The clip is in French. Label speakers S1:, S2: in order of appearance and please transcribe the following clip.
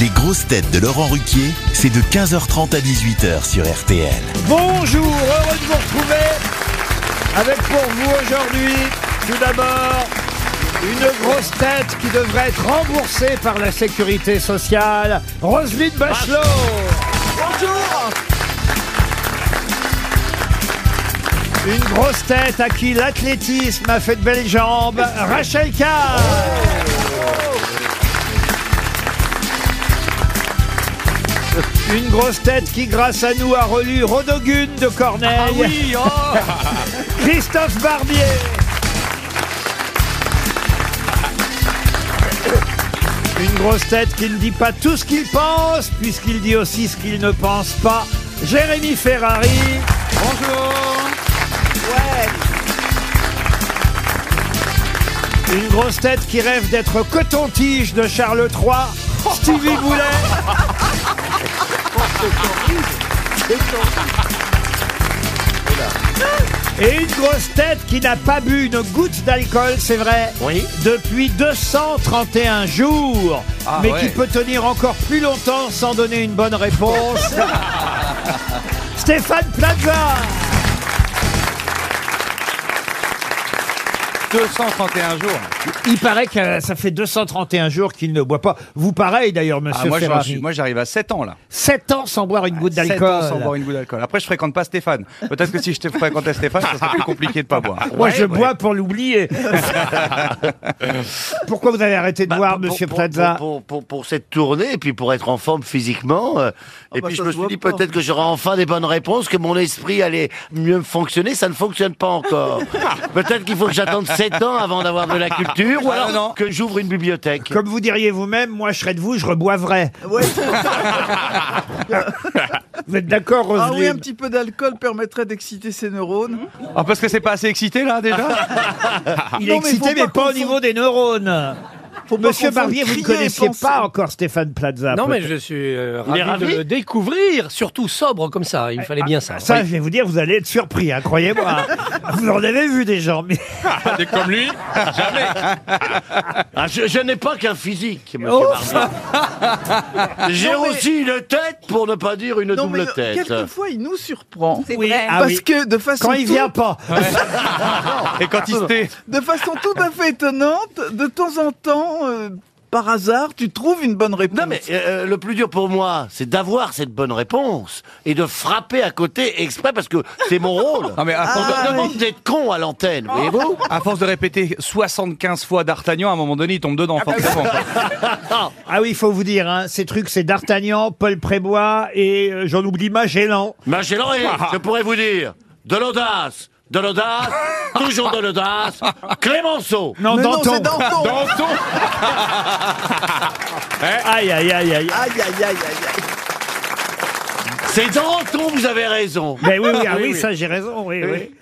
S1: Les grosses têtes de Laurent Ruquier, c'est de 15h30 à 18h sur RTL.
S2: Bonjour, heureux de vous retrouver avec pour vous aujourd'hui, tout d'abord, une grosse tête qui devrait être remboursée par la sécurité sociale, Roselyne Bachelot. Bonjour. Une grosse tête à qui l'athlétisme a fait de belles jambes, Rachel Carr. Une grosse tête qui, grâce à nous, a relu Rodogune de Corneille.
S3: Ah oui, oh
S2: Christophe Barbier. Une grosse tête qui ne dit pas tout ce qu'il pense, puisqu'il dit aussi ce qu'il ne pense pas. Jérémy Ferrari. Bonjour. Une grosse tête qui rêve d'être coton-tige de Charles III. Stevie Boulet. Et une grosse tête qui n'a pas bu une goutte d'alcool, c'est vrai, depuis 231 jours,
S4: Ah,
S2: mais
S4: ouais.
S2: qui peut tenir encore plus longtemps sans donner une bonne réponse. Stéphane Plaza
S5: 231 jours.
S2: Il paraît que ça fait 231 jours qu'il ne boit pas. Vous pareil d'ailleurs, monsieur
S5: Ah, moi, j'en
S2: Ferrari.
S5: suis- moi, j'arrive à 7 ans là.
S2: 7 ans sans boire une goutte
S5: 7
S2: d'alcool.
S5: ans sans boire une goutte d'alcool. Après, je fréquente pas Stéphane. Peut-être que si je te fréquentais Stéphane, ça serait plus compliqué de pas boire.
S2: Moi, je bois pour l'oublier. Pourquoi vous avez arrêté de boire, monsieur
S6: Bah, pour,
S2: Plaza
S6: pour, pour- pour- pour cette tournée et puis pour être en forme physiquement. euh,
S2: Ah
S6: et
S2: bah,
S6: puis je me suis dit peut-être que j'aurai enfin des bonnes réponses, que mon esprit allait mieux fonctionner. Ça ne fonctionne pas encore. peut-être qu'il faut que j'attende 7 ans avant d'avoir de la culture ou
S2: Ah,
S6: alors
S2: non, non.
S6: que j'ouvre une bibliothèque.
S2: Comme vous diriez vous-même, moi, je serais de vous, je reboivrais. vous êtes d'accord,
S7: Ah oui, un
S2: Roselyne
S7: petit peu d'alcool permettrait d'exciter ses
S2: Mhm.
S7: neurones.
S5: Ah, parce que c'est pas assez excité là déjà
S2: Il est
S7: Ah. Non, mais
S2: excité,
S7: faut
S2: mais
S7: pas
S2: pas au niveau des neurones. Monsieur
S7: confondre
S2: Barbier, vous ne
S7: crier et
S2: connaissiez
S7: penser.
S2: pas encore Stéphane Plaza.
S8: Non, mais
S2: peut-être.
S8: je suis euh,
S2: Il est
S8: ravi, de
S2: ravi Eh, ah,
S8: le découvrir, surtout sobre comme ça. Il me fallait bien ça.
S2: Ça, je vais vous dire, vous allez être surpris, hein, croyez-moi. vous en avez vu des gens, mais...
S6: Des comme lui, jamais. Ah, je je n'ai pas qu'un physique, monsieur
S2: Oh.
S6: Barbier. J'ai
S7: Non, mais-
S6: aussi une tête, pour ne pas dire une
S7: Non, mais
S6: double
S2: euh,
S6: tête.
S7: quelquefois, il nous surprend.
S9: C'est
S2: Oui,
S9: vrai.
S2: ah
S7: Parce
S2: oui.
S7: que de façon
S2: Quand il
S7: tout-
S2: vient pas.
S5: Et quand il se tait.
S7: de façon tout à fait étonnante, de temps en temps, euh, par hasard, tu trouves une bonne réponse.
S6: Non mais euh, le plus dur pour moi, c'est d'avoir cette bonne réponse et de frapper à côté exprès parce que c'est mon rôle.
S5: Non, mais à
S6: On
S5: force,
S6: me
S7: Ah,
S6: demande d'être con à l'antenne,
S2: Ah.
S6: voyez-vous
S5: de, à force de répéter 75 fois d'Artagnan, à un moment donné, il tombe
S2: bah,
S5: dedans, forcément.
S2: Ah oui, il faut vous dire, hein, ces trucs, c'est D'Artagnan, Paul Prébois et euh, j'en oublie Magellan.
S6: Magellan, et je pourrais vous dire, de l'audace, de l'audace, toujours de l'audace, Clémenceau.
S2: Non,
S7: Mais non,
S2: Danton.
S7: c'est Danton. Eh.
S2: Aïe, aïe, aïe, aïe.
S7: Aïe, aïe, aïe, aïe, aïe.
S6: C'est Danton, vous avez raison.
S2: Ben oui, oui, ah oui, ça j'ai raison, oui, oui.